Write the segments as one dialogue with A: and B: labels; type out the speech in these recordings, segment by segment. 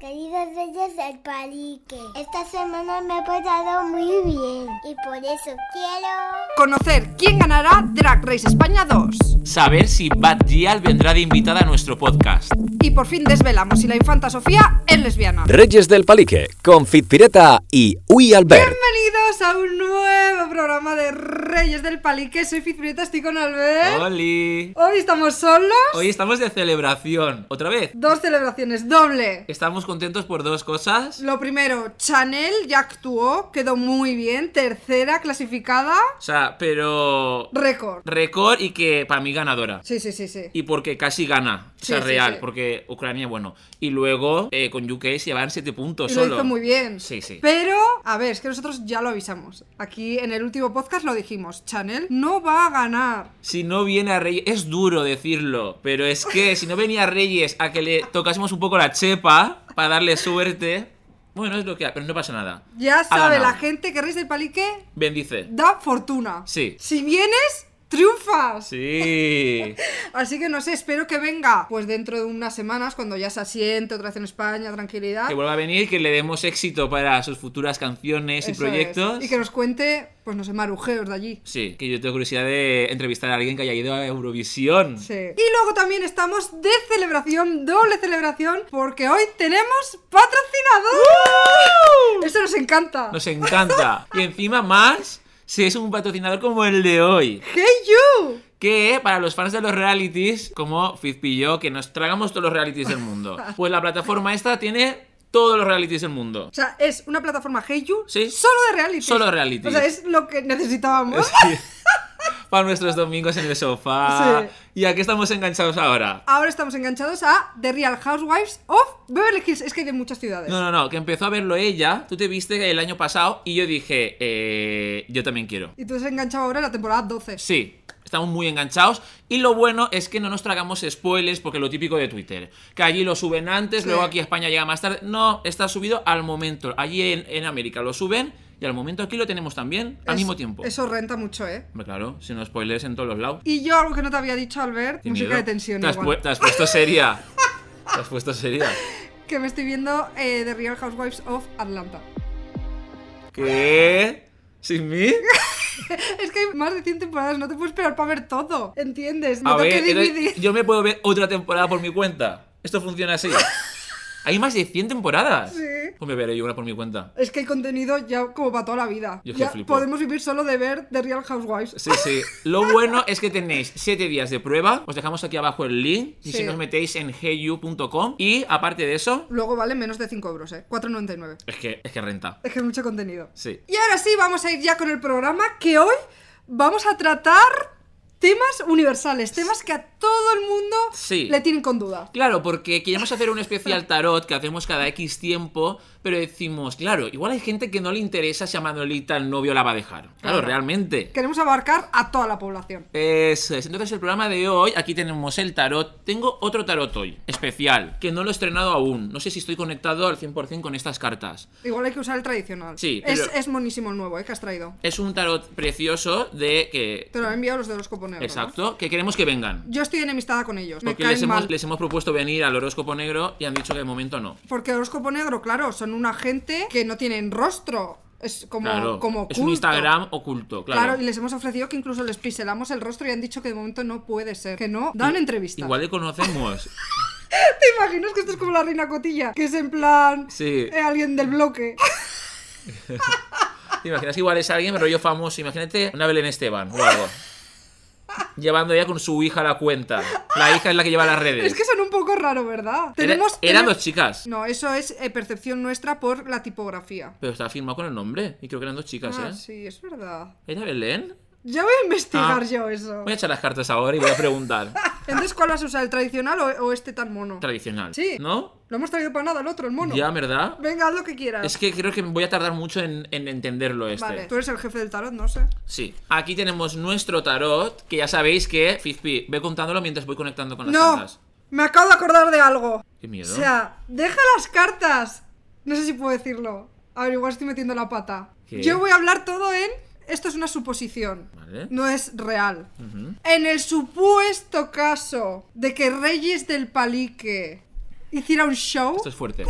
A: Queridas bellas del palique, esta semana me ha pasado muy bien y por eso quiero...
B: Conocer quién ganará Drag Race España 2.
C: Saber si Bad Gial vendrá de invitada a nuestro podcast.
B: Y por fin desvelamos si la infanta Sofía es lesbiana.
D: Reyes del Palique, Confit Pireta y Uy Albert.
B: Bienvenidos a un nuevo programa de Reyes del Palique. Soy Fizprieta, estoy con Albert.
C: ¡Holi!
B: Hoy estamos solos.
C: Hoy estamos de celebración. ¿Otra vez?
B: Dos celebraciones, doble.
C: Estamos contentos por dos cosas.
B: Lo primero, Chanel ya actuó, quedó muy bien. Tercera clasificada,
C: O sea, pero...
B: récord.
C: Récord y que para mí ganadora.
B: Sí, sí, sí, sí.
C: Y porque casi gana. O sea,
B: Sí, sí,
C: real.
B: sí.
C: Porque Ucrania, bueno. Y luego eh, con UK se llevan 7 puntos
B: Y
C: solo.
B: lo hizo muy bien.
C: Sí, sí.
B: Pero, a ver, es que nosotros ya lo avisamos. Aquí en el último podcast lo dijimos. Chanel no va a ganar.
C: Si no viene a Reyes, es duro decirlo, pero es que si no venía Reyes a que le tocásemos un poco la chepa para darle suerte, bueno, es lo que hay, pero no pasa nada.
B: Ya
C: Ha
B: sabe
C: ganado.
B: la gente que Reyes del Palique
C: Bendice.
B: da fortuna.
C: Sí.
B: Si vienes, triunfas.
C: Sí.
B: Así que no sé, espero que venga pues dentro de unas semanas, cuando ya se asiente otra vez en España, tranquilidad.
C: Que vuelva a venir, que le demos éxito para sus futuras canciones y
B: Eso
C: proyectos.
B: es. Y que nos cuente, pues no sé, marujeos de allí.
C: Sí, que yo tengo curiosidad de entrevistar a alguien que haya ido a Eurovisión.
B: Sí. Y luego también estamos de celebración, doble celebración, porque hoy tenemos patrocinador. Eso nos encanta.
C: Nos encanta. y encima más, si es un patrocinador como el de hoy.
B: Hey you.
C: que para los fans de los realities, como Fizpillo, que nos tragamos todos los realities del mundo, pues la plataforma esta tiene todos los realities del mundo.
B: O sea, es una plataforma Hey You
C: Sí.
B: solo de reality.
C: Solo de reality.
B: O sea, es lo que necesitábamos.
C: Para nuestros domingos en el sofá. ¿Y a qué estamos enganchados ahora?
B: Ahora estamos enganchados a The Real Housewives of Beverly Hills. Es que hay de muchas ciudades.
C: No, no, no, que empezó a verlo ella, tú te viste el año pasado y yo dije, eh, yo también quiero.
B: Y tú has enganchado ahora en la temporada 12.
C: Sí, estamos muy enganchados y lo bueno es que no nos tragamos spoilers porque lo típico de Twitter, que allí lo suben antes,
B: Sí.
C: luego aquí a España llega más tarde. No, está subido al momento. Allí en, en América lo suben y al momento aquí lo tenemos también al
B: Es-
C: mismo tiempo.
B: Eso renta mucho, ¿eh?
C: Hombre, claro, si no spoilers en todos los lados.
B: Y yo, algo que no te había dicho, Albert,
C: Sin
B: música
C: miedo.
B: de tensión
C: Te has,
B: igual.
C: pu- te has puesto seria. Te has puesto seria.
B: Que me estoy viendo eh, The Real Housewives of Atlanta.
C: ¿Qué? ¿Sin mí?
B: Es que hay más de 100 temporadas, no te puedo esperar para ver todo, ¿entiendes?
C: A
B: No tengo que
C: ver, era-
B: dividir.
C: yo me puedo ver otra temporada por mi cuenta. Esto funciona así. Hay más de 100 temporadas.
B: Sí.
C: Pues me veré yo una por mi cuenta.
B: Es que hay contenido ya como para toda la vida.
C: Yo es que
B: ya
C: flipo.
B: podemos vivir solo de ver The Real Housewives.
C: Sí, sí. Lo bueno es que tenéis 7 días de prueba. Os dejamos aquí abajo el link. Y
B: Sí.
C: si nos metéis en heyu.com. Y aparte de eso,
B: Luego vale menos de 5 euros, ¿eh? 4,99.
C: es que, es que renta.
B: Es que es mucho contenido.
C: Sí.
B: Y ahora sí, vamos a ir ya con el programa que hoy vamos a tratar temas universales, temas que a todo el mundo
C: Sí.
B: le tienen con duda.
C: Claro, porque queríamos hacer un especial tarot que hacemos cada X tiempo, pero decimos, claro, igual hay gente que no le interesa si a Manolita el novio la va a dejar. Claro,
B: Claro.
C: realmente.
B: Queremos abarcar a toda la población.
C: Eso es. Entonces, el programa de hoy, aquí tenemos el tarot. Tengo otro tarot hoy, especial, que no lo he estrenado aún. No sé si estoy conectado al 100% con estas cartas.
B: Igual hay que usar el tradicional.
C: Sí,
B: Es,
C: pero-
B: es monísimo el nuevo, ¿eh? Que has traído.
C: Es un tarot precioso de que.
B: Te lo han enviado los de los coponeros. ¿no?
C: Exacto, que queremos que vengan.
B: Yo estoy enemistada con ellos.
C: Porque
B: me caen
C: les hemos,
B: mal.
C: les hemos propuesto venir al horóscopo negro y han dicho que de momento no.
B: Porque horóscopo negro, claro, son una gente que no tienen rostro. Es como,
C: Claro,
B: como
C: es un
B: oculto.
C: Instagram oculto,
B: Claro.
C: claro.
B: y les hemos ofrecido que incluso les piselamos el rostro y han dicho que de momento no puede ser. Que no, dan entrevistas.
C: Igual le conocemos.
B: ¿Te imaginas que esto es como la reina cotilla? Que es en plan.
C: Sí.
B: eh, alguien del bloque.
C: ¿Te imaginas que igual es alguien, pero yo famoso? Imagínate una Belén Esteban o algo. Llevando ya con su hija la cuenta. La hija es la que lleva las redes.
B: es que son un poco raro, ¿verdad?
C: Era-
B: Tenemos.
C: eran
B: tenemos-
C: dos chicas.
B: No, eso es eh, percepción nuestra por la tipografía.
C: Pero estaba firmado con el nombre. Y creo que eran dos chicas,
B: Ah,
C: ¿eh?
B: sí, es verdad.
C: ¿Era Belén?
B: Ya voy a investigar
C: Ah.
B: yo eso.
C: Voy a echar las cartas ahora y voy a preguntar.
B: Entonces, ¿cuál vas a usar? ¿El tradicional o, o este tan mono?
C: Tradicional.
B: Sí.
C: ¿No?
B: Lo hemos traído para nada, el otro, el mono.
C: Ya, ¿verdad?
B: Venga, haz lo que quieras.
C: Es que creo que voy a tardar mucho en, en entenderlo este.
B: Vale, tú eres el jefe del tarot, no sé.
C: Sí. Aquí tenemos nuestro tarot, que ya sabéis que... Fizpi, ve contándolo mientras voy conectando con las
B: No,
C: cartas.
B: me acabo de acordar de algo.
C: Qué miedo.
B: O sea, deja las cartas. No sé si puedo decirlo. A ver, igual estoy metiendo la pata.
C: ¿Qué?
B: Yo voy a hablar todo en... Esto es una suposición.
C: Vale.
B: No es real.
C: Ujú.
B: En el supuesto caso de que Reyes del Palique hiciera un show.
C: Esto es fuerte.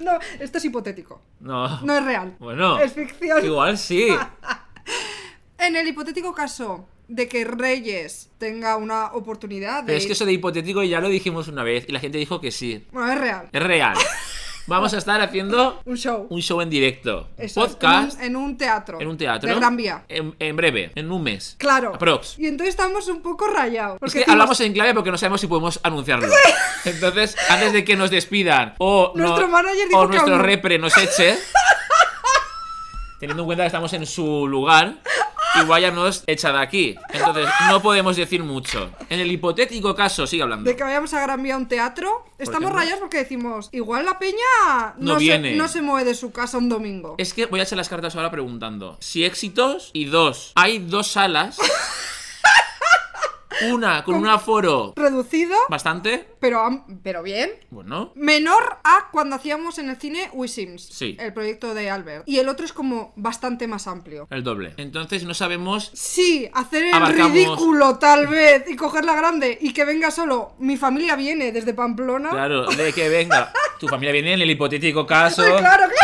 B: No, esto es hipotético.
C: No.
B: No es real.
C: Bueno.
B: Es ficción.
C: Igual sí.
B: En el hipotético caso de que Reyes tenga una oportunidad de.
C: Pero es que
B: ir-
C: eso de hipotético ya lo dijimos una vez y la gente dijo que sí.
B: Bueno, es real.
C: Es real. Vamos a estar haciendo
B: Un show.
C: un show en directo. Un
B: Eso es,
C: podcast
B: En un, en un teatro.
C: en un teatro.
B: De Gran Vía.
C: En, en breve, en un mes.
B: Claro.
C: Aprox.
B: Y entonces estamos un poco rayados.
C: Es
B: Porque
C: que
B: decimos,
C: hablamos en clave porque no sabemos si podemos anunciarlo. Entonces, antes de que nos despidan o, no-
B: Nuestro manager dijo
C: o
B: que
C: nuestro
B: aún no.
C: repre nos eche, teniendo en cuenta que estamos en su lugar, igual ya nos echa de aquí. Entonces, no podemos decir mucho. En el hipotético caso, sigue hablando.
B: De que vayamos a Gran Vía a un teatro. Estamos
C: ejemplo.
B: rayados porque decimos, igual la peña
C: No
B: se,
C: viene.
B: no se mueve de su casa un domingo.
C: Es que voy a echar las cartas ahora preguntando. Si éxitos y dos. Hay dos salas. Una con un aforo
B: Reducido,
C: bastante.
B: pero, am- pero bien.
C: Bueno.
B: Menor a cuando hacíamos en el cine We Sims,
C: Sí.
B: el proyecto de Albert. Y el otro es como bastante más amplio.
C: El doble. Entonces no sabemos.
B: Sí, hacer el
C: Abarcamos.
B: ridículo tal vez y coger la grande y que venga solo. Mi familia viene desde Pamplona.
C: Claro, de que venga. Tu familia viene en el hipotético caso.
B: Sí, claro, claro.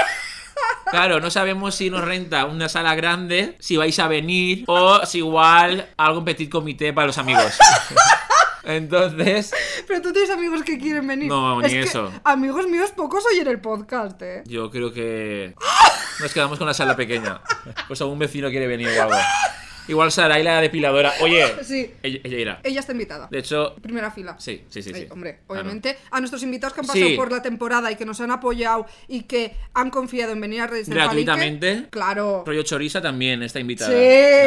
C: Claro, no sabemos si nos renta una sala grande, si vais a venir o si igual algo en petit comité para los amigos. Entonces,
B: Pero tú tienes amigos que quieren venir.
C: No,
B: Es
C: ni
B: que
C: eso.
B: Amigos míos pocos oyen el podcast, eh.
C: yo creo que nos quedamos con la sala pequeña. Pues algún vecino quiere venir o algo. Igual Sara y la depiladora. Oye,
B: Sí,
C: ella, ella irá.
B: ella está invitada.
C: De hecho,
B: Primera fila.
C: sí, sí, sí.
B: Ay,
C: sí.
B: hombre,
C: Claro.
B: obviamente a nuestros invitados que han pasado
C: Sí.
B: por la temporada y que nos han apoyado y que han confiado en venir a Reyes del
C: Gratuitamente.
B: Palique, Claro.
C: Rollo Choriza también está invitada.
B: Sí.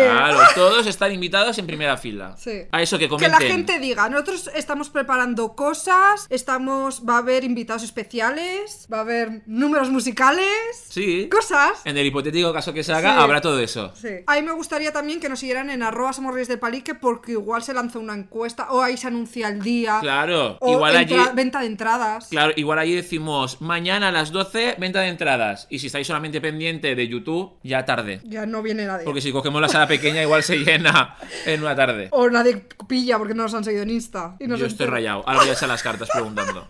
C: Claro, todos están invitados en primera fila.
B: Sí.
C: A eso que
B: Que
C: comenten.
B: la gente diga, nosotros estamos preparando cosas, estamos, va a haber invitados especiales, va a haber números musicales,
C: Sí.
B: cosas.
C: En el hipotético caso que se haga,
B: Sí.
C: habrá todo eso.
B: Sí. A mí me gustaría también que nos siguieran en arroba somos reyes del palique porque igual se lanza una encuesta o ahí se anuncia el día.
C: Claro,
B: O
C: igual allí.
B: entra- venta de entradas.
C: Claro, igual allí decimos mañana a las 12, venta de entradas. Y si estáis solamente pendiente de YouTube, ya tarde.
B: Ya no viene nadie.
C: Porque si cogemos la sala pequeña, igual se llena en una tarde.
B: O nadie pilla porque no nos han seguido en Insta. y no
C: Yo
B: se
C: estoy
B: entera.
C: rayado. Ahora voy a echar las cartas preguntando.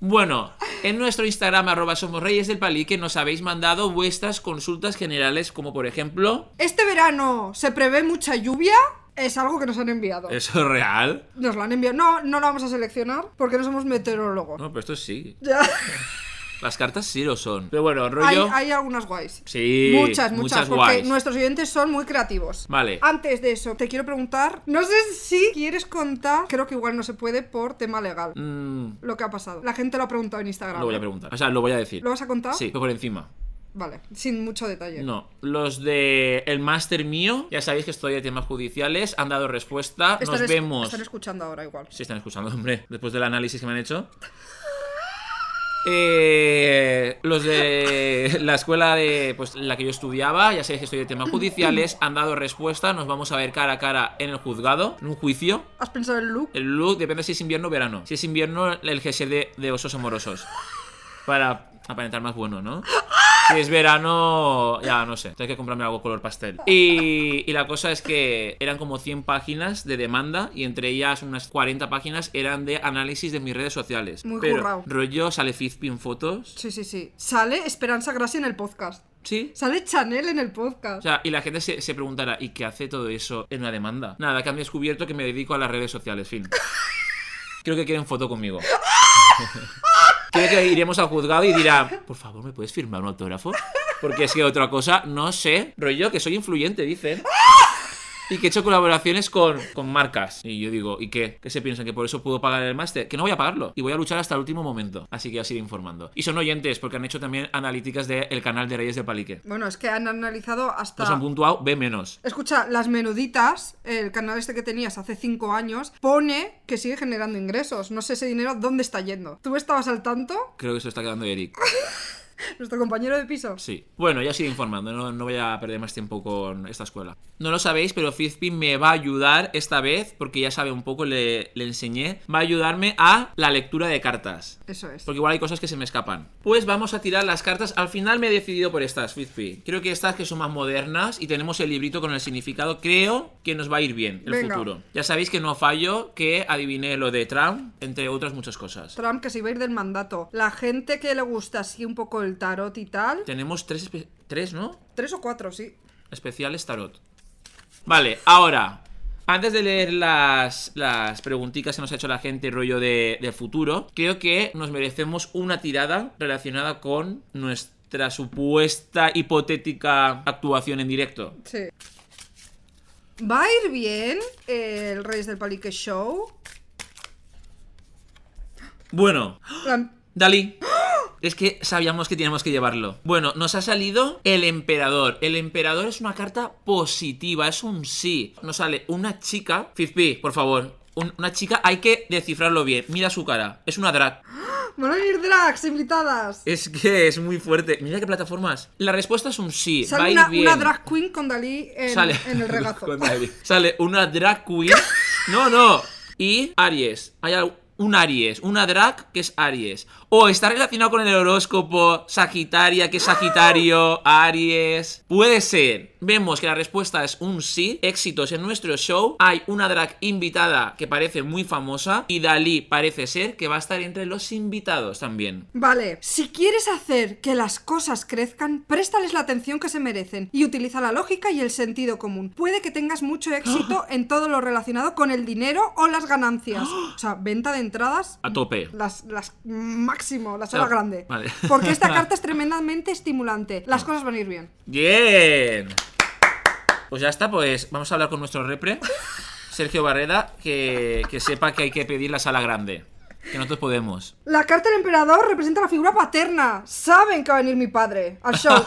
C: Bueno, en nuestro Instagram, arroba somos reyes del palique, nos habéis mandado vuestras consultas generales, como por ejemplo.
B: Este verano se prevé mucha lluvia. Es algo que nos han enviado.
C: ¿Eso es real?
B: Nos lo han enviado. No, no lo vamos a seleccionar porque no somos meteorólogos.
C: No, pero esto sí.
B: Ya.
C: Las cartas sí lo son. Pero bueno,
B: Hay,
C: rollo.
B: hay algunas guays.
C: Sí,
B: muchas, muchas,
C: muchas
B: porque Ah.
C: guays.
B: nuestros oyentes son muy creativos.
C: Vale.
B: Antes de eso, te quiero preguntar, no sé si quieres contar, creo que igual no se puede por tema legal,
C: Mm,
B: lo que ha pasado. La gente lo ha preguntado en Instagram. ¿eh?
C: lo voy a preguntar. O sea, lo voy a decir.
B: ¿Lo vas a contar?
C: Sí, pero por encima.
B: Vale, sin mucho detalle.
C: No, los de el máster mío, ya sabéis que estoy de temas judiciales, han dado respuesta,
B: Están
C: nos
B: es-
C: vemos.
B: Están escuchando ahora igual.
C: Si están escuchando, hombre, después del análisis que me han hecho. Eh, los de la escuela de pues la que yo estudiaba, ya sabéis que estoy de temas judiciales, han dado respuesta, nos vamos a ver cara a cara en el juzgado, en un juicio.
B: ¿Has pensado en Luke?
C: El look depende si es invierno o verano. Si es invierno, el GC de, de osos amorosos. Para aparentar más bueno, ¿no? Si es verano, ya no sé. Tengo que comprarme algo color pastel. Y, y la cosa es que eran como 100 páginas de demanda y entre ellas unas 40 páginas eran de análisis de mis redes sociales.
B: Muy
C: Pero
B: currao.
C: rollo sale Fizpin fotos.
B: Sí, sí, sí. Sale Esperanza Gracia en el podcast.
C: Sí.
B: Sale Chanel en el podcast.
C: O sea, y la gente se, se preguntará, ¿y qué hace todo eso en una demanda? Nada, que han descubierto que me dedico a las redes sociales, fin. Creo que quieren foto conmigo. Creo que iremos al juzgado y dirán, por favor, ¿me puedes firmar un autógrafo? Porque es que otra cosa, no sé, rollo, que soy influyente, dicen. Y que he hecho colaboraciones con, con marcas. Y yo digo, ¿y qué? ¿Qué se piensan? ¿Que por eso puedo pagar el máster? Que no voy a pagarlo. Y voy a luchar hasta el último momento. Así que ya os iré informando. Y son oyentes, porque han hecho también analíticas del canal de Reyes del Palique.
B: Bueno, es que han analizado hasta...
C: Nos han puntuado B menos.
B: Escucha, las menuditas, el canal este que tenías hace 5 años, pone que sigue generando ingresos. No sé ese dinero dónde está yendo. ¿Tú estabas al tanto?
C: Creo que se lo está quedando Eric.
B: Nuestro compañero de piso.
C: Sí. Bueno, ya sigo informando, no, no voy a perder más tiempo con esta escuela. No lo sabéis, pero Fizpi me va a ayudar esta vez, porque ya sabe un poco, le, le enseñé. Va a ayudarme a la lectura de cartas.
B: Eso es.
C: Porque igual hay cosas que se me escapan. Pues vamos a tirar las cartas. Al final me he decidido por estas, Fizpi. Creo que estas que son más modernas y tenemos el librito con el significado. Creo que nos va a ir bien el
B: Venga.
C: futuro. Ya sabéis que no fallo, que adiviné lo de Trump, entre otras muchas cosas.
B: Trump que se iba a ir del mandato. La gente que le gusta así un poco el tarot y tal.
C: Tenemos tres, espe- tres ¿no?
B: Tres o cuatro, sí.
C: Especiales tarot. Vale, ahora. Antes de leer las, las preguntitas que nos ha hecho la gente, rollo de, de futuro, creo que nos merecemos una tirada relacionada con nuestra supuesta hipotética actuación en directo.
B: Sí. ¿Va a ir bien el Reyes del Palique Show?
C: Bueno,
B: La-
C: Dalí. Es que sabíamos que teníamos que llevarlo. Bueno, nos ha salido el emperador. El emperador es una carta positiva, es un sí. Nos sale una chica. Fizpi, por favor. un- una chica, hay que descifrarlo bien. Mira su cara. Es una drag.
B: Van a ir drags invitadas.
C: Es que es muy fuerte. Mira qué plataformas. La respuesta es un sí. va a
B: Sale
C: ir
B: una,
C: bien.
B: una drag queen con Dalí en,
C: Sale.
B: en el regazo.
C: Con Ari. Sale una drag queen. No, no. Y Aries. Hay al- un Aries. Una drag que es Aries. O está relacionado con el horóscopo. Sagitaria, que es Sagitario. Aries. Puede ser. Vemos que la respuesta es un sí. Éxitos en nuestro show. Hay una drag invitada que parece muy famosa. Y Dalí parece ser que va a estar entre los invitados también.
B: Vale, si quieres hacer que las cosas crezcan, préstales la atención que se merecen y utiliza la lógica y el sentido común. Puede que tengas mucho éxito en todo lo relacionado con el dinero o las ganancias. O sea, venta de entradas.
C: A tope.
B: Las, las máximo, las horas
C: Ah,
B: grande.
C: vale.
B: Porque esta carta es tremendamente estimulante. Las cosas van a ir bien.
C: Bien. Pues ya está, pues vamos a hablar con nuestro repre, Sergio Barreda, que, que sepa que hay que pedir la sala grande. Que nosotros podemos.
B: La carta del emperador representa la figura paterna. Saben que va a venir mi padre al show.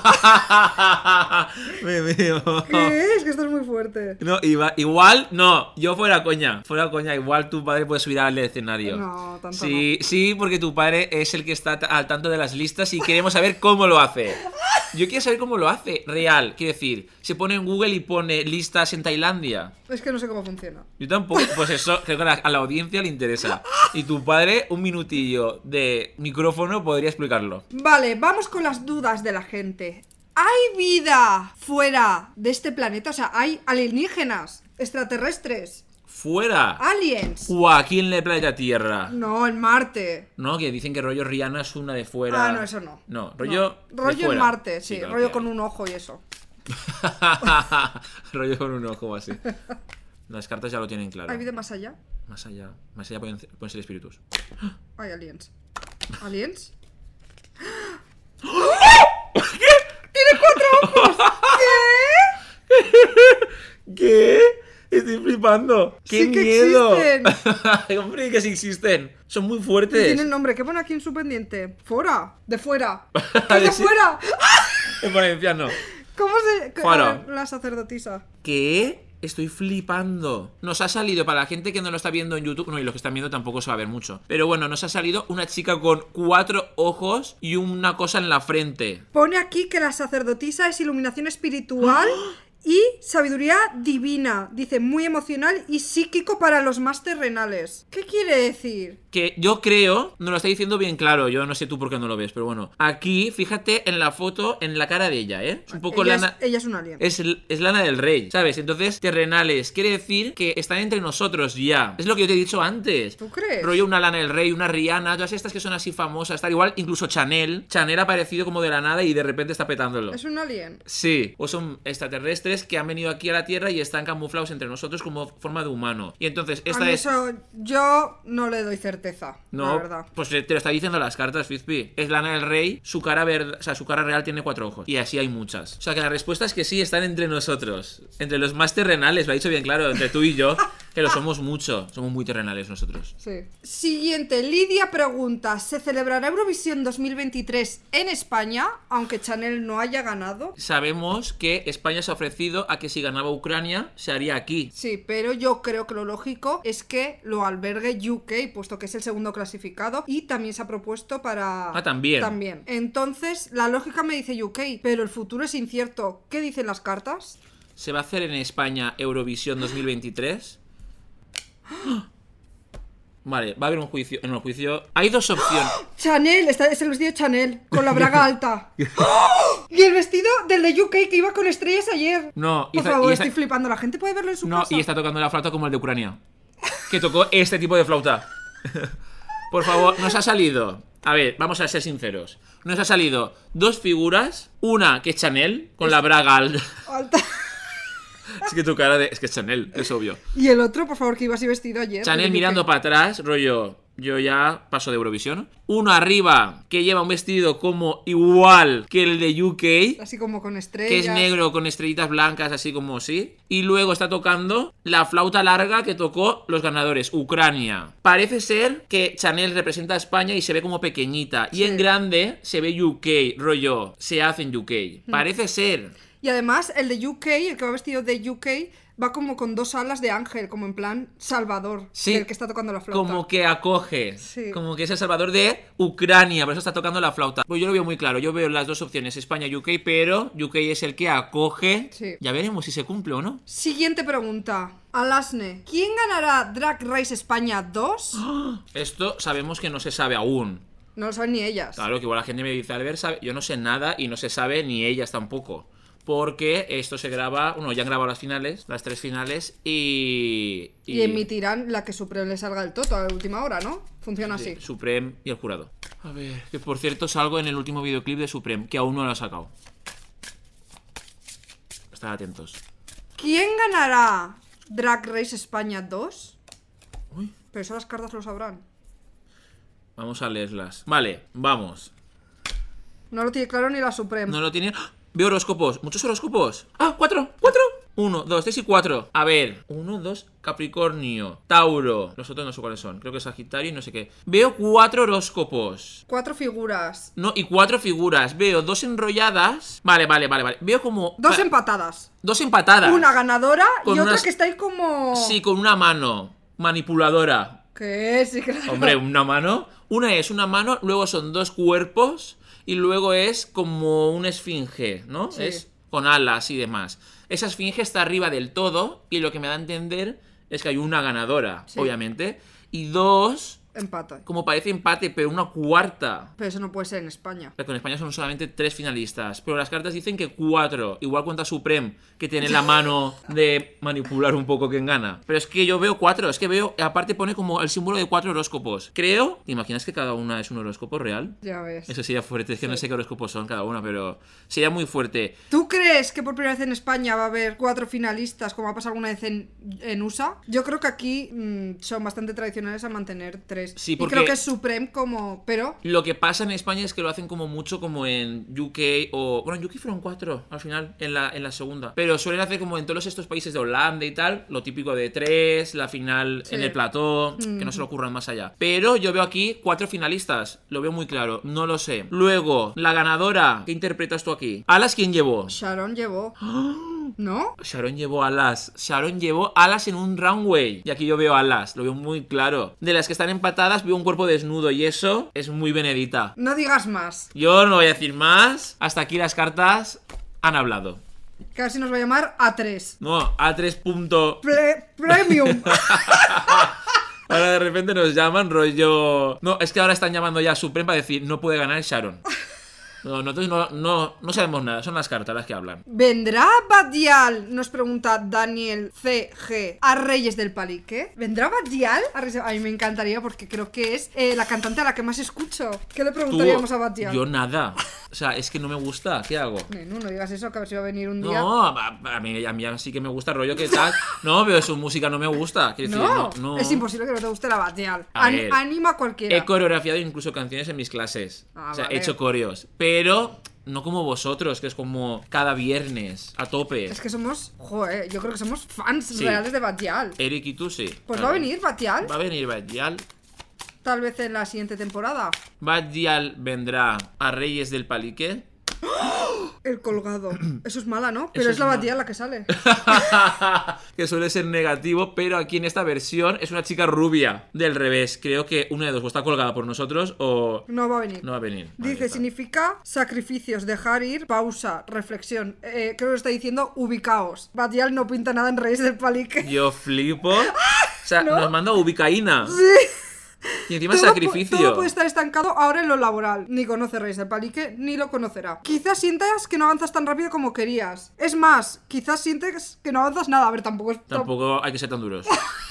C: Me veo.
B: ¿Qué es? Que esto es muy fuerte.
C: No, iba- igual, no, yo fuera coña, fuera coña, igual tu padre puede subir al escenario.
B: No, tanto
C: Sí, sí, porque tu padre es el que está ta- al tanto de las listas y queremos saber cómo lo hace. Yo quiero saber cómo lo hace, real, quiero decir, se pone en Google y pone listas en Tailandia.
B: Es que no sé cómo funciona.
C: Yo tampoco, pues eso, creo que a la, a la audiencia le interesa. Y tu padre, un minutillo de micrófono podría explicarlo.
B: Vale, vamos con las dudas de la gente. ¿Hay vida fuera de este planeta? O sea, ¿hay alienígenas, extraterrestres,
C: ¡Fuera!
B: aliens?
C: Joaquín le planeta Tierra.
B: No, en Marte.
C: No, que dicen que rollo Rihanna es una de fuera.
B: Ah, no, eso no.
C: No, rollo.
B: No,
C: de
B: Rollo en
C: fuera.
B: Marte, sí.
C: claro
B: rollo
C: que
B: con
C: hay.
B: un ojo y eso.
C: rollo con un ojo así. Las cartas ya lo tienen claro.
B: ¿Hay vida más allá?
C: Más allá. Más allá pueden, ser- pueden ser espíritus.
B: Hay aliens. ¿Aliens?
C: ¿Qué? Estoy flipando. ¡Qué
B: Sí que
C: miedo!
B: existen.
C: Hombre, que sí existen. Son muy fuertes.
B: Tienen nombre. ¿Qué pone aquí en su pendiente? Fuera. De fuera. ¿Qué
C: Vale,
B: es de
C: sí.
B: fuera?
C: En valenciano.
B: ¿Cómo se.? qué-
C: Fuera.
B: a ver, La sacerdotisa.
C: ¿Qué? Estoy flipando. Nos ha salido, para la gente que no lo está viendo en YouTube, no, y los que están viendo tampoco se va a ver mucho. Pero bueno, nos ha salido una chica con cuatro ojos y una cosa en la frente.
B: Pone aquí que la sacerdotisa es iluminación espiritual y sabiduría divina. Dice, muy emocional y psíquico para los más terrenales. ¿Qué quiere decir?
C: Que yo creo, no lo está diciendo bien claro, yo no sé tú por qué no lo ves, pero bueno. Aquí, fíjate en la foto, en la cara de ella, ¿eh? Es un poco
B: ella,
C: lana.
B: es, ella es un alien.
C: Es, es lana del rey, ¿sabes? Entonces, terrenales, quiere decir que están entre nosotros ya. Es lo que yo te he dicho antes.
B: ¿Tú crees?
C: Rollo una Lana del Rey, una Rihanna, todas estas que son así famosas, tal igual, incluso Chanel. Chanel ha aparecido como de la nada y de repente está petándolo.
B: Es un alien.
C: Sí, o son extraterrestres que han venido aquí a la Tierra y están camuflados entre nosotros como forma de humano. Y entonces,
B: A
C: esta
B: mí
C: es...
B: eso yo no le doy certeza. No. La
C: No,
B: verdad.
C: pues te lo está diciendo las cartas, Fizpi. Es Lana del Rey, su cara verd- o sea, su cara real tiene cuatro ojos. Y así hay muchas. O sea que la respuesta es que sí, están entre nosotros. Entre los más terrenales, lo ha dicho bien claro, entre tú y yo. Pero somos mucho, somos muy terrenales nosotros.
B: Sí. Siguiente, Lidia pregunta, ¿se celebrará Eurovisión 2023 en España, aunque Chanel no haya ganado?
C: Sabemos que España se ha ofrecido a que si ganaba Ucrania, se haría aquí.
B: Sí, pero yo creo que lo lógico es que lo albergue UK, puesto que es el segundo clasificado, y también se ha propuesto para...
C: Ah, también.
B: También. Entonces, la lógica me dice UK, pero el futuro es incierto. ¿Qué dicen las cartas?
C: ¿Se va a hacer en España Eurovisión 2023? Vale, va a haber un juicio. En el juicio hay dos opciones.
B: Chanel, está, es el vestido Chanel, con la braga alta. ¡Oh! Y el vestido del de UK que iba con estrellas ayer.
C: No, y
B: Por
C: esa-
B: favor,
C: y esa-
B: estoy flipando. La gente puede verlo en su
C: No,
B: casa.
C: y está tocando la flauta como el de Ucrania. Que tocó este tipo de flauta. Por favor, nos ha salido. A ver, vamos a ser sinceros. Nos ha salido dos figuras. Una que es Chanel, con la braga al.
B: Alta.
C: Es que tu cara de. Es que es Chanel, es obvio.
B: Y el otro, por favor, que iba así vestido ayer.
C: Chanel
B: del UK.
C: mirando para atrás, rollo. Yo ya paso de Eurovisión. Uno arriba que lleva un vestido como igual que el de UK.
B: Así como con estrellas.
C: que es negro con estrellitas blancas, así como sí. Y luego está tocando la flauta larga que tocó los ganadores, Ucrania. Parece ser que Chanel representa a España y se ve como pequeñita. Y en grande se ve UK, rollo, se hace en
B: Hmm.
C: UK. Parece ser.
B: Y además, el de UK, el que va vestido de UK, va como con dos alas de ángel, como en plan Salvador,
C: Sí.
B: del que está tocando la flauta.
C: Como que acoge,
B: Sí.
C: como que es el salvador de Ucrania, por eso está tocando la flauta. Pues yo lo veo muy claro, yo veo las dos opciones, España y UK, pero UK es el que acoge.
B: Sí.
C: Ya veremos si se cumple o no.
B: Siguiente pregunta. Alasne, ¿quién ganará Drag Race España 2?
C: Esto sabemos que no se sabe aún,
B: No lo saben ni ellas.
C: Claro, que igual la gente me dice, Albert, sabe- yo no sé nada y no se sabe ni ellas tampoco. Porque esto se graba, bueno, ya han grabado las finales, las tres finales y...
B: Y emitirán la que Supreme le salga del toto a la última hora, ¿no? Funciona así.
C: sí, Supreme y el jurado. A ver, que por cierto salgo en el último videoclip de Supreme, que aún no lo ha sacado. Estad atentos.
B: ¿Quién ganará Drag Race España 2?
C: Uy.
B: Pero eso las cartas lo sabrán.
C: Vamos a leerlas. Vale, vamos.
B: No lo tiene claro ni la Supreme.
C: No lo tiene. ¡Ah! Veo horóscopos. Muchos horóscopos. Ah, cuatro, cuatro. Uno, dos, tres y cuatro. A ver. Uno, dos, Capricornio, Tauro. Los otros no sé cuáles son. Creo que Sagitario y no sé qué. Veo cuatro horóscopos.
B: Cuatro figuras.
C: No, y cuatro figuras. Veo dos enrolladas. Vale, vale, vale, vale. Veo como.
B: Dos
C: ah,
B: empatadas.
C: dos empatadas.
B: Una ganadora y
C: Con
B: otra
C: unas-
B: que está ahí como.
C: Sí, con una mano. Manipuladora.
B: Que sí, claro.
C: Hombre, una mano. Una es una mano, luego son dos cuerpos y luego es como una esfinge, ¿no?
B: Sí.
C: Es con alas y demás. Esa esfinge está arriba del todo y lo que me da a entender es que hay una ganadora,
B: Sí.
C: obviamente, y dos,
B: Empata.
C: como parece empate, pero una cuarta.
B: Pero eso no puede ser en España.
C: Pero Con España son solamente tres finalistas, pero las cartas dicen que cuatro. Igual cuenta Supreme, que tiene la mano de manipular un poco quien gana. Pero es que yo veo cuatro, es que veo, aparte pone como el símbolo de cuatro horóscopos. Creo, ¿te imaginas que cada una es un horóscopo real?
B: Ya ves.
C: Eso sería fuerte, es que no sé qué horóscopos son cada una, pero sería muy fuerte.
B: ¿Tú crees que por primera vez en España va a haber cuatro finalistas como ha pasado alguna vez en, en USA? Yo creo que aquí mm, son bastante tradicionales a mantener tres.
C: Sí,
B: Y
C: porque-
B: creo que es Supreme como... Pero...
C: Lo que pasa en España es que lo hacen como mucho como en UK o... Bueno, en UK fueron cuatro al final, en la, en la segunda. Pero suelen hacer como en todos estos países de Holanda y tal, lo típico de tres, la final
B: Sí.
C: en el plató, que no se lo ocurran más allá. Pero yo veo aquí cuatro finalistas, lo veo muy claro, no lo sé. Luego, la ganadora, ¿qué interpretas tú aquí? ¿Alas quién llevó?
B: Sharon llevó...
C: ¡Ah!
B: ¿No?
C: Sharon llevó alas. Sharon llevó alas en un runway. Y aquí yo veo alas, lo veo muy claro. De las que están empatadas veo un cuerpo desnudo y eso es muy benedita.
B: No digas más.
C: Yo no voy a decir más. Hasta aquí las cartas han hablado.
B: Casi nos va a llamar A3.
C: No, A3 punto.
B: Pre- premium.
C: Ahora de repente nos llaman rollo. No, es que ahora están llamando ya a Supreme para decir no puede ganar Sharon. No, nosotros no, no, no sabemos nada, son las cartas las que hablan.
B: ¿Vendrá Badial? Nos pregunta Daniel CG a Reyes del Palique. ¿Vendrá Badial? A, Reyes- a mí me encantaría porque creo que es eh, la cantante a la que más escucho. ¿Qué le
C: Tú-
B: preguntaríamos a Badial?
C: Yo nada. O sea, es que no me gusta, ¿qué hago?
B: Nenu, no digas eso, que a ver si va a venir un día.
C: No, a, a mí, a mí sí que me gusta el rollo que tal. No, pero su música no me gusta. Quiero decir,
B: No,
C: no, no.
B: es imposible que no te guste la Badial.
C: A
B: Ani-
C: ver.
B: anima a cualquiera.
C: He coreografiado incluso canciones en mis clases.
B: Ah,
C: o sea,
B: vale.
C: he hecho coreos. Pero No como vosotros, que es como cada viernes, a tope.
B: Es que somos, joder, yo creo que somos fans
C: Sí.
B: reales de Batial.
C: Eric y tú sí.
B: Pues
C: Claro.
B: va a venir Batial,
C: Va a venir Badial.
B: tal vez en la siguiente temporada.
C: Badial vendrá a Reyes del Palique.
B: El colgado. Eso es mala, ¿no? Pero
C: Eso
B: es,
C: es
B: la
C: mala.
B: Batial la que sale.
C: que suele ser negativo, pero aquí en esta versión es una chica rubia. Del revés, creo que una de dos o está colgada por nosotros o
B: No va a venir.
C: no va a venir. Vale,
B: Dice,
C: está.
B: significa sacrificios, dejar ir, pausa, reflexión. Eh, creo que está diciendo ubicaos. Batial no pinta nada en Reyes del Palique.
C: Yo flipo. O sea, nos manda ubicaína. Y encima
B: Todo pu-
C: sacrificio.
B: Todo puede estar estancado ahora en lo laboral. Ni conoce Reyes del Palique, ni lo conocerá. Quizás sientas que no avanzas tan rápido como querías. Es más, quizás sientes que no avanzas nada. A ver, tampoco es...
C: Tampoco hay que ser tan duros.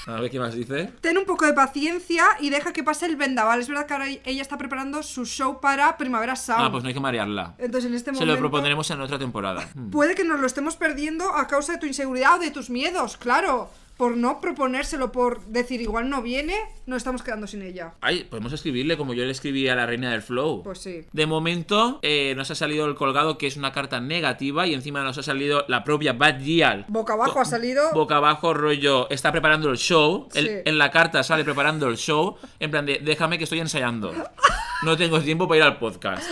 C: A ver qué más dice.
B: Ten un poco de paciencia y deja que pase el vendaval. Es verdad que ahora ella está preparando su show para Primavera Sound.
C: Ah, pues no hay que marearla.
B: Entonces en este
C: Se
B: momento...
C: lo propondremos en otra temporada. Mm.
B: Puede que nos lo estemos perdiendo a causa de tu inseguridad o de tus miedos, claro. Por no proponérselo, por decir igual no viene, nos estamos quedando sin ella.
C: Ay, podemos escribirle como yo le escribí a la reina del flow.
B: Pues sí.
C: De momento eh, nos ha salido el colgado, que es una carta negativa, y encima nos ha salido la propia Bad Gial.
B: Boca abajo ha salido.
C: Boca abajo, rollo, está preparando el show. El-
B: Sí.
C: En la carta sale preparando el show. En plan de, déjame que estoy ensayando. No tengo tiempo para ir al podcast.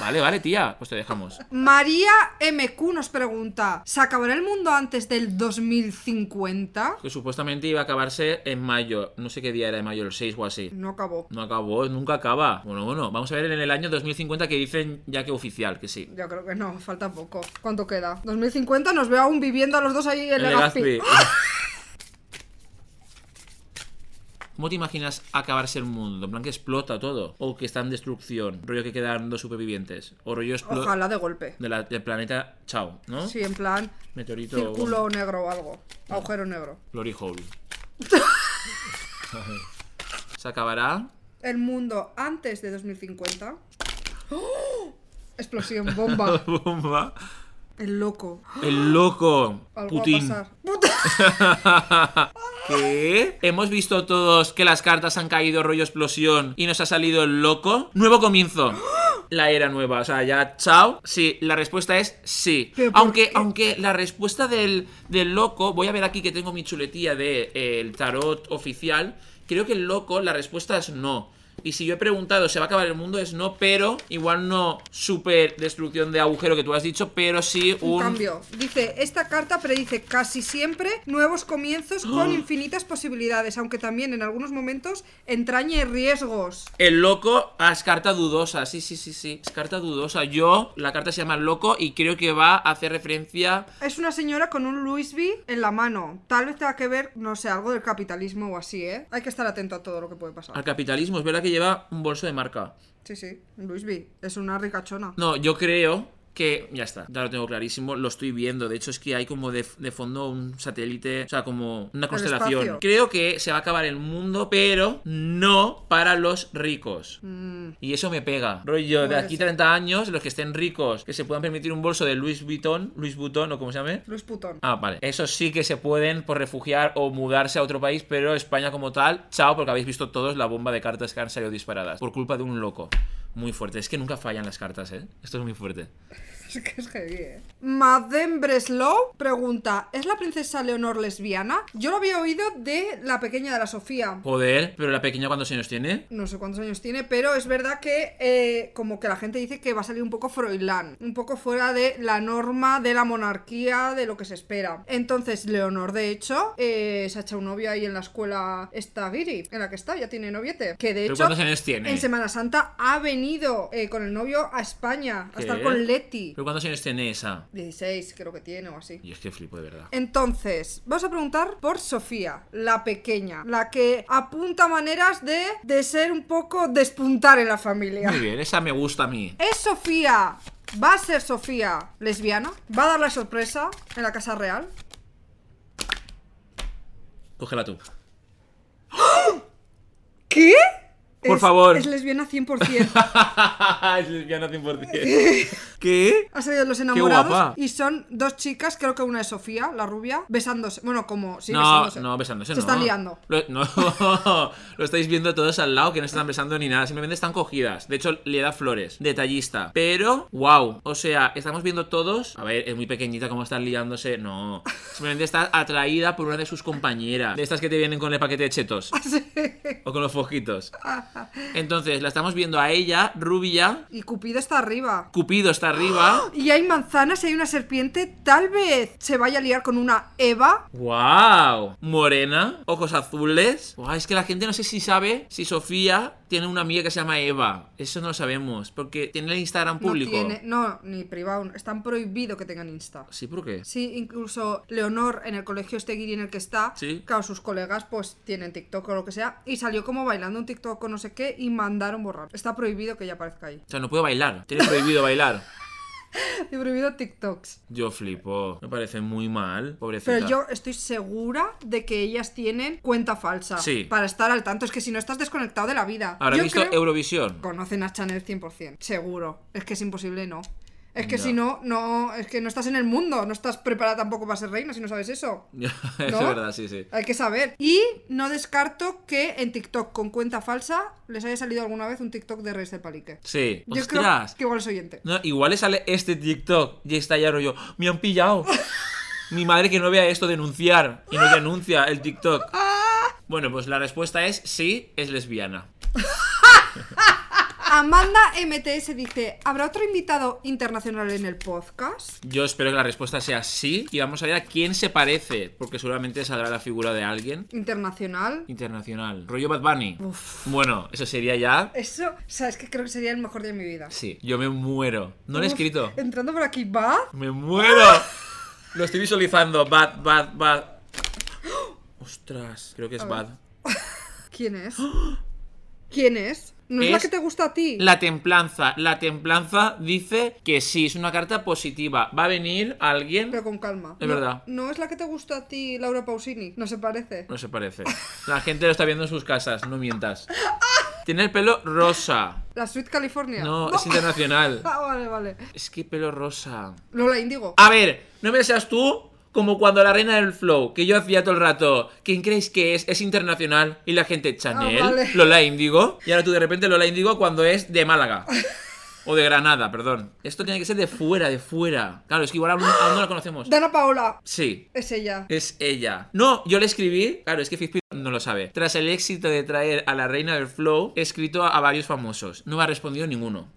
C: Vale, vale, tía. Pues te dejamos.
B: María MQ nos pregunta: ¿Se acabará el mundo antes del 2050?
C: Que supuestamente iba a acabarse en mayo. No sé qué día era de mayo, el 6 o así.
B: No acabó.
C: No acabó, nunca acaba. Bueno, bueno, vamos a ver en el año 2050 que dicen ya que oficial, que sí.
B: Yo creo que no, falta poco. ¿Cuánto queda? 2050 nos veo aún viviendo a los dos ahí en
C: El
B: Legazpi.
C: Legazpi. ¿Cómo te imaginas acabarse el mundo? En plan que explota todo. O que está en destrucción. Rollo que quedan dos supervivientes. O rollo explota.
B: ¡Ah! Ojalá de golpe.
C: De la- del planeta Chao, ¿no?
B: Sí, en plan
C: Meteorito.
B: círculo negro o algo. Agujero negro.
C: Glory Hole. Se acabará.
B: el mundo antes de 2050. ¡Oh! Explosión, bomba.
C: Bomba.
B: El loco.
C: El loco.
B: Algo
C: Putin.
B: va a pasar. Puta-
C: ¿Qué? Hemos visto todos que las cartas han caído rollo explosión y nos ha salido el loco. Nuevo comienzo. La era nueva, o sea, ya chao. Sí, la respuesta es sí.
B: ¿Pero por
C: Aunque,
B: qué?
C: aunque la respuesta del, del loco, voy a ver aquí que tengo mi chuletilla del tarot oficial. Creo que el loco, la respuesta es no. Y si yo he preguntado, ¿se va a acabar el mundo? Es no, pero igual no super destrucción de agujero que tú has dicho, pero sí
B: Un
C: un
B: cambio. Dice, esta carta predice casi siempre nuevos comienzos con
C: ¡Oh!
B: infinitas posibilidades, aunque también en algunos momentos entrañe riesgos.
C: El loco ah, es carta dudosa, sí, sí, sí, sí. Es carta dudosa. Yo, la carta se llama loco y creo que va a hacer referencia.
B: Es una señora con un Louis V en la mano. Tal vez tenga que ver, no sé, algo del capitalismo o así, ¿eh? Hay que estar atento a todo lo que puede
C: Al
B: pasar.
C: capitalismo, es verdad que lleva un bolso de marca.
B: Sí, sí, Louis V. Es una ricachona.
C: No, yo creo que. Ya está, ya lo tengo clarísimo, lo estoy viendo. De hecho, es que hay como de, de fondo un satélite, o sea, como una
B: espacio.
C: constelación. Creo que se va a acabar el mundo, pero no para los ricos. Y eso me pega. Rollo, de
B: Mm. Puede
C: aquí
B: ser.
C: 30 años, los que estén ricos, que se puedan permitir un bolso de Louis Vuitton, Louis Vuitton o como se llame.
B: Louis Putón.
C: Ah, vale. Eso sí que se pueden por refugiar o mudarse a otro país, pero España como tal, chao, porque habéis visto todos la bomba de cartas que han salido disparadas. Por culpa de un loco. Muy fuerte. Es que nunca fallan las cartas, ¿eh? Esto es muy fuerte.
B: Es que es heavy, eh. Madame Breslow pregunta: ¿Es la princesa Leonor lesbiana? Yo lo había oído de la pequeña de la Sofía.
C: Joder, pero la pequeña cuántos años tiene?
B: No sé cuántos años tiene, pero es verdad que eh, como que la gente dice que va a salir un poco Froilán, un poco fuera de la norma de la monarquía, de lo que se espera. Entonces, Leonor, de hecho, eh, se ha echado un novio ahí en la escuela esta Guiri, en la que está, ya tiene noviete. Que de
C: ¿Pero
B: hecho,
C: cuántos años tiene?
B: en Semana Santa ha venido eh, con el novio a España, a
C: ¿Qué?
B: estar con Leti.
C: ¿Pero cuántos años tiene esa?
B: 16 creo que tiene o así.
C: Y es que flipo de verdad.
B: Entonces, vamos a preguntar por Sofía, la pequeña, la que apunta maneras de, de ser un poco despuntar en la familia.
C: Muy bien, esa me gusta a mí.
B: ¿Es Sofía? ¿Va a ser Sofía lesbiana? ¿Va a dar la sorpresa en la Casa Real?
C: Cógela tú.
B: ¿Qué?
C: Por
B: Es-
C: favor.
B: Es lesbiana 100%.
C: es lesbiana 100%. ¿Qué?
B: Ha salido Los Enamorados
C: guapa.
B: y son dos chicas, creo que una es Sofía, la rubia, besándose. Bueno, como, sí,
C: No,
B: besándose.
C: no,
B: Se
C: besándose no.
B: están liando.
C: Lo, no, lo estáis viendo todos al lado que no están besando ni nada, simplemente están cogidas. De hecho, le da flores, detallista. Pero, wow, o sea, estamos viendo todos. A ver, es muy pequeñita como están liándose. No, simplemente está atraída por una de sus compañeras, de estas que te vienen con el paquete de chetos o con los fojitos. Entonces, la estamos viendo a ella, rubia.
B: Y Cupido está arriba.
C: Cupido está arriba.
B: Y hay manzanas y hay una serpiente. Tal vez se vaya a liar con una Eva.
C: ¡Wow! Morena, ojos azules. Guau, es que la gente no sé si sabe si Sofía tiene una amiga que se llama Eva. Eso no lo sabemos, porque tiene el Instagram público.
B: No tiene. No, ni privado. Están prohibido que tengan Insta.
C: ¿Sí? ¿Por qué?
B: Sí, incluso Leonor en el colegio Estegui en el que está,
C: Sí.
B: claro, sus colegas pues tienen TikTok o lo que sea, y salió como bailando un TikTok o no sé qué y mandaron borrar. Está prohibido que ella aparezca ahí.
C: O sea, no puede bailar. Tiene prohibido bailar.
B: Y prohibido TikToks.
C: Yo flipo. Me parece muy mal. Pobrecita.
B: Pero yo estoy segura de que ellas tienen cuenta falsa.
C: Sí.
B: Para estar al tanto. Es que si no estás desconectado de la vida.
C: Habrá
B: Yo
C: visto
B: creo-
C: Eurovisión.
B: Conocen a Chanel 100%. Seguro. Es que es imposible no. Es que si no, no. Es que no estás en el mundo. No estás preparada tampoco para ser reina si no sabes eso.
C: Eso
B: ¿No?
C: es verdad, sí, sí.
B: Hay que saber. Y no descarto que en TikTok con cuenta falsa les haya salido alguna vez un TikTok de Reyes del Palique.
C: Sí.
B: Yo creo
C: ¡Ostras!
B: que igual es oyente.
C: No, igual le sale este TikTok y está ya rollo. ¡Me han pillado! Mi madre que no vea esto denunciar y no denuncia el TikTok. Bueno, pues la respuesta es sí, es lesbiana.
B: Amanda MTS dice: ¿Habrá otro invitado internacional en el podcast?
C: Yo espero que la respuesta sea sí y vamos a ver a quién se parece, porque seguramente saldrá la figura de alguien
B: Internacional.
C: internacional. Rollo Bad Bunny. Bueno, eso sería ya.
B: Eso, o sea, es que creo que sería el mejor día de mi vida.
C: Sí, yo me muero. No lo he
B: Uf,
C: escrito.
B: Entrando por aquí, va.
C: Me muero. Lo estoy visualizando. Bad, bad, bad. Ostras, creo que es bad.
B: ¿Quién es? ¿Quién es? ¿No es, la
C: Es
B: que te gusta a ti?
C: La templanza, la templanza dice que sí, es una carta positiva. Va a venir alguien.
B: Pero con calma.
C: Es
B: No-
C: verdad.
B: ¿No es la que te gusta a ti, Laura Pausini? ¿No se parece?
C: No se parece. La gente lo está viendo en sus casas, no mientas. Tiene el pelo rosa.
B: ¿La Sweet California?
C: No, es internacional.
B: Ah, vale, vale.
C: Es que pelo rosa.
B: Lola Indigo.
C: A ver, no me seas tú como cuando la reina del flow, que yo hacía todo el rato. ¿Quién creéis que es? Es internacional. Y la gente, Chanel,
B: Ah, vale.
C: Lola Índigo. Y ahora tú de repente Lola Índigo cuando es de Málaga. O de Granada, perdón. Esto tiene que ser de fuera, de fuera. Claro, es que igual aún, aún no la conocemos.
B: Dana Paola.
C: Sí.
B: Es ella.
C: Es ella. No, yo le escribí. Claro, es que Fizpi no lo sabe. Tras el éxito de traer a la reina del flow, he escrito a, a varios famosos. No me ha respondido ninguno.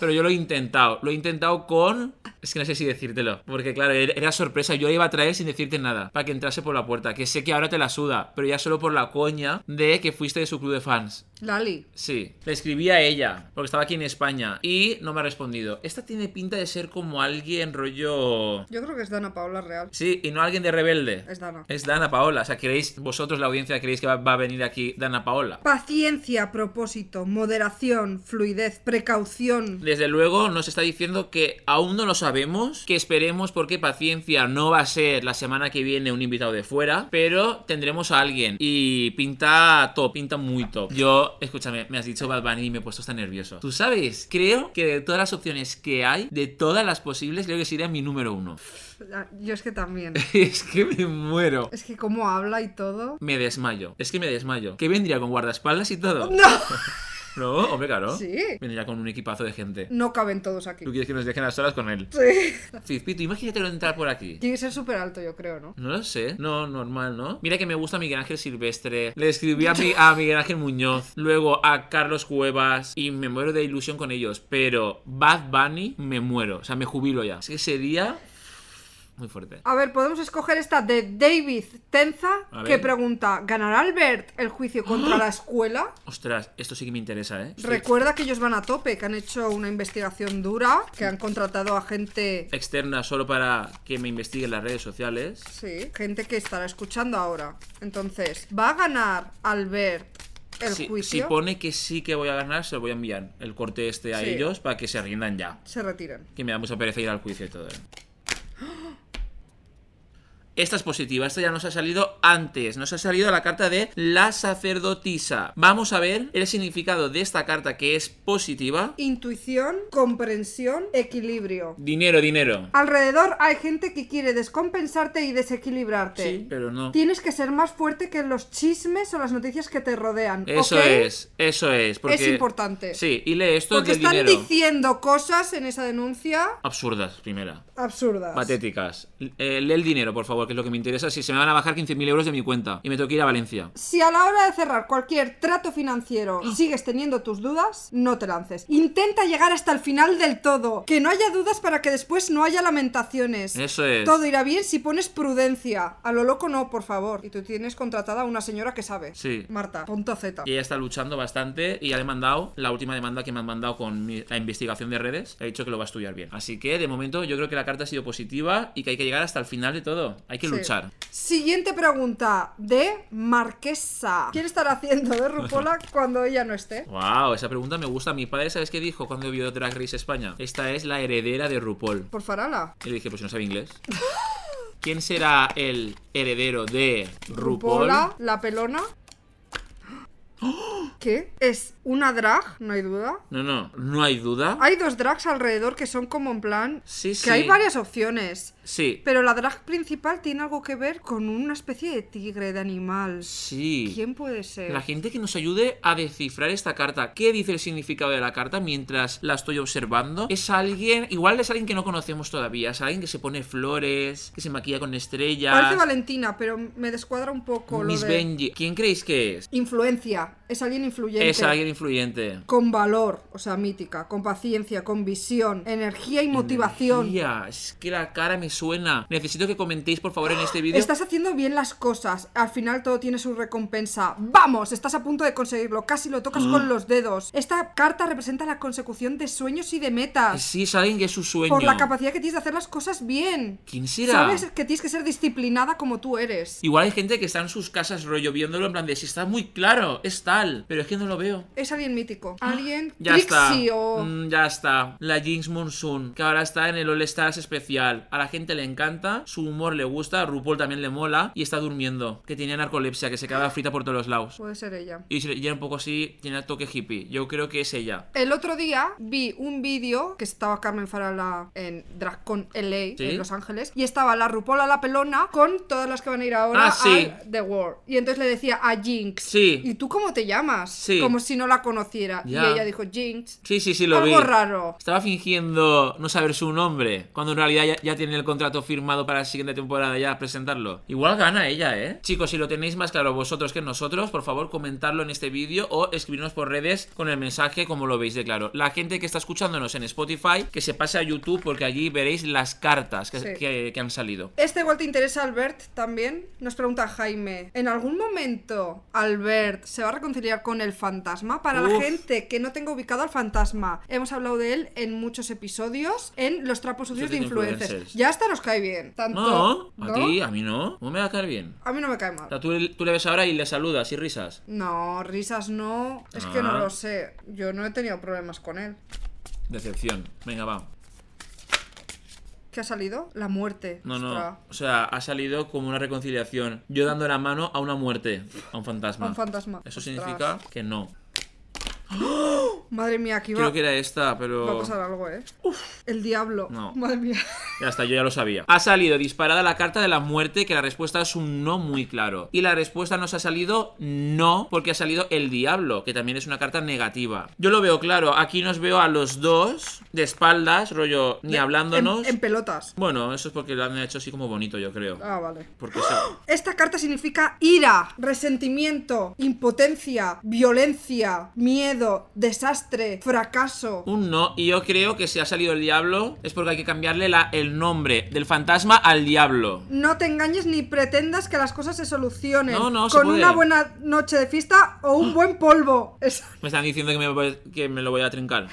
C: Pero yo lo he intentado. Lo he intentado con. Es que no sé si decírtelo. Porque, claro, era era sorpresa. Yo la iba a traer sin decirte nada. Para que entrase por la puerta. Que sé que ahora te la suda. Pero ya solo por la coña de que fuiste de su club de fans.
B: Lali.
C: Sí, le escribí a ella, porque estaba aquí en España, y no me ha respondido. Esta tiene pinta de ser como alguien rollo...
B: Yo creo que es Dana Paola real.
C: Sí, y no alguien de rebelde.
B: Es Dana.
C: Es Dana Paola. O sea, creéis, vosotros la audiencia creéis que va, va a venir aquí Dana Paola.
B: Paciencia, propósito, moderación, fluidez, precaución.
C: Desde luego nos está diciendo que aún no lo sabemos, que esperemos porque paciencia no va a ser la semana que viene un invitado de fuera, pero tendremos a alguien y pinta top, pinta muy top. Yo, escúchame, me has dicho Bad Bunny y me he puesto tan nervioso. ¿Tú sabes? Creo que de todas las opciones que hay, de todas las posibles, creo que sería mi número uno.
B: Ah, Yo es que también.
C: es que me muero.
B: es que cómo habla y todo.
C: Me desmayo. Es que me desmayo. ¿Qué vendría con guardaespaldas y todo?
B: ¡No!
C: No, hombre, claro.
B: Sí.
C: Vendría con un equipazo de gente.
B: No caben todos aquí.
C: Tú quieres que nos dejen las horas con él.
B: Sí.
C: Fizpito, imagínatelo entrar por aquí.
B: Tiene que ser súper alto, yo creo, ¿no?
C: No lo sé. No, normal, ¿no? Mira que me gusta Miguel Ángel Silvestre. Le escribí a, mi- a Miguel Ángel Muñoz. Luego a Carlos Cuevas. Y me muero de ilusión con ellos. Pero Bad Bunny me muero. O sea, me jubilo ya. Es que sería muy fuerte.
B: A ver, podemos escoger esta de David Tenza,
C: A
B: que
C: ver.
B: pregunta, ¿ganará Albert el juicio contra la escuela?
C: Ostras, esto sí que me interesa, ¿eh? Estoy
B: Recuerda que ellos van a tope, que han hecho una investigación dura, que han contratado a gente...
C: Externa solo para que me investiguen las redes sociales.
B: Sí, gente que estará escuchando ahora. Entonces, ¿va a ganar Albert el
C: si, si
B: juicio?
C: pone que sí que voy a ganar, se lo voy a enviar el corte este a
B: Sí.
C: ellos para que se rindan ya.
B: Se retiran.
C: Que me da mucha pereza ir al juicio y todo. ¿eh? Esta es positiva, esta ya nos ha salido antes, nos ha salido la carta de la sacerdotisa. Vamos a ver el significado de esta carta que es positiva.
B: Intuición, comprensión, equilibrio.
C: Dinero, dinero.
B: Alrededor hay gente que quiere descompensarte y desequilibrarte.
C: Sí, pero no.
B: Tienes que ser más fuerte que los chismes o las noticias que te rodean.
C: Eso
B: ¿ok?
C: es, eso es. Porque,
B: Es importante.
C: Sí, y lee esto
B: Porque
C: del
B: están
C: dinero.
B: diciendo cosas en esa denuncia
C: Absurdas, primera.
B: absurdas.
C: Patéticas. Eh, lee el dinero, por favor, que es lo que me interesa. Si se me van a bajar 15.000 euros de mi cuenta y me tengo que ir a Valencia.
B: Si a la hora de cerrar cualquier trato financiero sigues teniendo tus dudas, no te lances. Intenta llegar hasta el final del todo. Que no haya dudas para que después no haya lamentaciones.
C: Eso es.
B: Todo irá bien si pones prudencia. A lo loco no, por favor. Y tú tienes contratada a una señora que sabe.
C: Sí.
B: Marta, punto Z.
C: Y ella está luchando bastante y ya le he mandado la última demanda que me han mandado con mi- la investigación de redes. He dicho que lo va a estudiar bien. Así que de momento yo creo que la carta ha sido positiva y que hay que llegar hasta el final de todo. Hay que
B: Sí.
C: luchar.
B: Siguiente pregunta de Marquesa. ¿Quién estará haciendo de Rupola cuando ella no esté?
C: Wow, esa pregunta me gusta. Mi padre, ¿sabes qué dijo cuando vio Drag Race España? Esta es la heredera de RuPaul.
B: Por Farala.
C: Y le dije, pues no sabe inglés. ¿Quién será el heredero de RuPaul?
B: Rupola, la pelona. ¿Qué? Es una drag, no hay duda.
C: No, no, no hay duda.
B: Hay dos drags alrededor que son como en plan.
C: Sí,
B: que
C: sí.
B: hay varias opciones.
C: Sí,
B: Pero la drag principal tiene algo que ver con una especie de tigre, de animal.
C: sí.
B: ¿Quién puede ser?
C: La gente que nos ayude a descifrar esta carta. ¿Qué dice el significado de la carta mientras la estoy observando? Es alguien, igual es alguien que no conocemos todavía. Es alguien que se pone flores, que se maquilla con
B: Parece ¿eh?
C: estrellas.
B: Valentina, pero me descuadra un poco lo
C: Miss
B: de.
C: Benji. ¿Quién creéis que es?
B: Influencia. Es alguien influyente.
C: Es alguien influyente.
B: Con valor, o sea, mítica, con paciencia, con visión, energía y motivación.
C: Tía, es que la cara me suena. Necesito que comentéis, por favor, en este vídeo.
B: Estás haciendo bien las cosas. Al final todo tiene su recompensa. ¡Vamos! Estás a punto de conseguirlo. Casi lo tocas
C: Mm.
B: con los dedos. Esta carta representa la consecución de sueños y de metas.
C: Sí, es alguien que es su sueño.
B: Por la capacidad que tienes de hacer las cosas bien.
C: ¿Quién será?
B: Sabes que tienes que ser disciplinada como tú eres.
C: Igual hay gente que está en sus casas rollo viéndolo en plan de si está muy claro, es tal, pero es que no lo veo.
B: Es alguien mítico. Alguien
C: Ah, Ya
B: Trixie
C: está.
B: o...
C: Mm, ya está. La Jinx Monsoon, que ahora está en el All Stars especial. A la gente le encanta, su humor le gusta, a RuPaul también le mola y está durmiendo, que tiene narcolepsia, que se queda frita por todos los lados.
B: Puede ser ella.
C: Y se- y era un poco así, tiene toque hippie. Yo creo que es ella.
B: El otro día vi un vídeo que estaba Carmen Farala en DragCon LA
C: Sí.
B: en Los Ángeles y estaba la Rupola la pelona con todas las que van a ir ahora
C: Ah, sí.
B: al The World. Y entonces le decía a Jinx,
C: Sí.
B: ¿y tú cómo te llamas?
C: Sí.
B: Como si no la conociera.
C: Ya.
B: Y ella dijo, Jinx.
C: Sí, sí, sí, lo vi.
B: Algo raro.
C: Estaba fingiendo no saber su nombre, cuando en realidad ya, ya tiene el contrato firmado para la siguiente temporada ya presentarlo. Igual gana ella, ¿eh? Chicos, si lo tenéis más claro vosotros que nosotros, por favor comentarlo en este vídeo o escribirnos por redes con el mensaje como lo veis de claro. La gente que está escuchándonos en Spotify, que se pase a YouTube porque allí veréis las cartas que,
B: Sí.
C: que- que han salido.
B: Este igual te interesa, Albert, también. Nos pregunta Jaime, ¿en algún momento Albert se va a reconciliar con el fantasma? Para la
C: Uf.
B: gente que no tenga ubicado al fantasma, hemos hablado de él en muchos episodios, en Los trapos sucios de
C: Sucios de
B: influencers.
C: influencers.
B: Ya hasta nos cae bien.
C: No,
B: Tanto,
C: a ti, a mí no. ¿Cómo me va a caer bien?
B: A mí no me cae
C: O sea,
B: mal.
C: tú, tú le ves ahora y le saludas y risas.
B: No, risas no. Es que no
C: Ah.
B: lo sé. Yo no he tenido problemas con él.
C: Decepción. Venga, va.
B: ¿Qué ha salido? La muerte.
C: No, no.
B: Ostras.
C: O sea, ha salido como una reconciliación. Yo dando la mano a una muerte, a un fantasma.
B: A un fantasma.
C: Eso
B: Ostras.
C: significa que no.
B: Madre mía, aquí va,
C: Creo que era esta, pero.
B: va a pasar algo, ¿eh? Uf, el diablo.
C: No.
B: Madre mía.
C: Ya está, yo ya lo sabía. Ha salido disparada la carta de la muerte, que la respuesta es un no muy claro. Y la respuesta nos ha salido no, porque ha salido el diablo, que también es una carta negativa. Yo lo veo claro. Aquí nos veo a los dos de espaldas, rollo, ni hablándonos.
B: En, en pelotas.
C: Bueno, eso es porque lo han hecho así como bonito, yo creo.
B: em, Ah, vale.
C: Porque se-
B: Esta carta significa ira, resentimiento, impotencia, violencia, miedo, desastre, fracaso.
C: Un no, y yo creo que si ha salido el diablo es porque hay que cambiarle la- el nombre del fantasma al diablo.
B: No te engañes ni pretendas que las cosas se solucionen
C: No, no, se
B: con
C: puede.
B: una buena noche de fiesta o un buen polvo. Es-
C: Me están diciendo que me, voy- que me lo voy a trincar.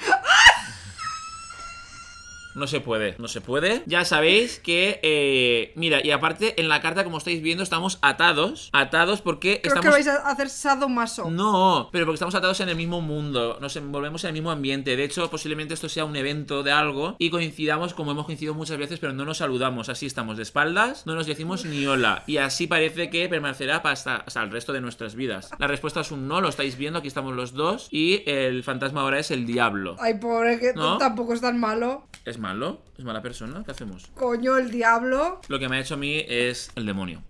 C: No se puede, no se puede. Ya sabéis que, eh, mira, y aparte en la carta, como estáis viendo, estamos atados. Atados porque
B: Creo que
C: estamos...
B: vais a hacer sadomaso.
C: No, pero porque estamos atados en el mismo mundo, nos envolvemos en el mismo ambiente. De hecho, posiblemente esto sea un evento de algo y coincidamos como hemos coincidido muchas veces, pero no nos saludamos. Así estamos de espaldas, no nos decimos ni hola. Y así parece que permanecerá pa- hasta, hasta el resto de nuestras vidas. La respuesta es un no, lo estáis viendo, aquí estamos los dos. Y el fantasma ahora es el diablo.
B: Ay, pobre, que
C: ¿No?
B: tampoco es tan malo.
C: ¿Es malo? ¿Es mala persona? ¿Qué hacemos?
B: Coño, el diablo.
C: Lo que me ha hecho a mí es el demonio.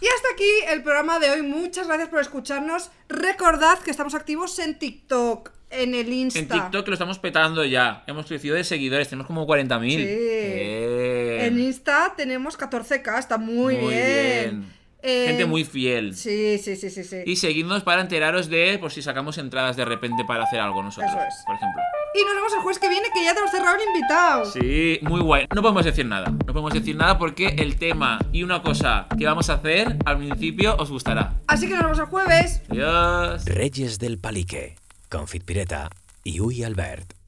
B: Y hasta aquí el programa de hoy. Muchas gracias por escucharnos. Recordad que estamos activos en TikTok, en el Insta.
C: En TikTok lo estamos petando ya. Hemos crecido de seguidores, tenemos como 40.000.
B: Sí.
C: Eh.
B: En Insta tenemos 14K, está muy,
C: Muy
B: bien.
C: bien.
B: En-
C: Gente muy fiel.
B: Sí, sí, sí, sí, sí.
C: Y seguidnos para enteraros de por si sacamos entradas de repente para hacer algo nosotros,
B: Eso es.
C: por ejemplo.
B: Y nos vemos el jueves que viene, que ya tenemos cerrado el invitado.
C: Sí, muy guay. No podemos decir nada. No podemos decir nada porque el tema y una cosa que vamos a hacer al principio os gustará.
B: Así que nos vemos el jueves.
C: Adiós.
D: Reyes del Palique, Confit Pireta y Uy Albert.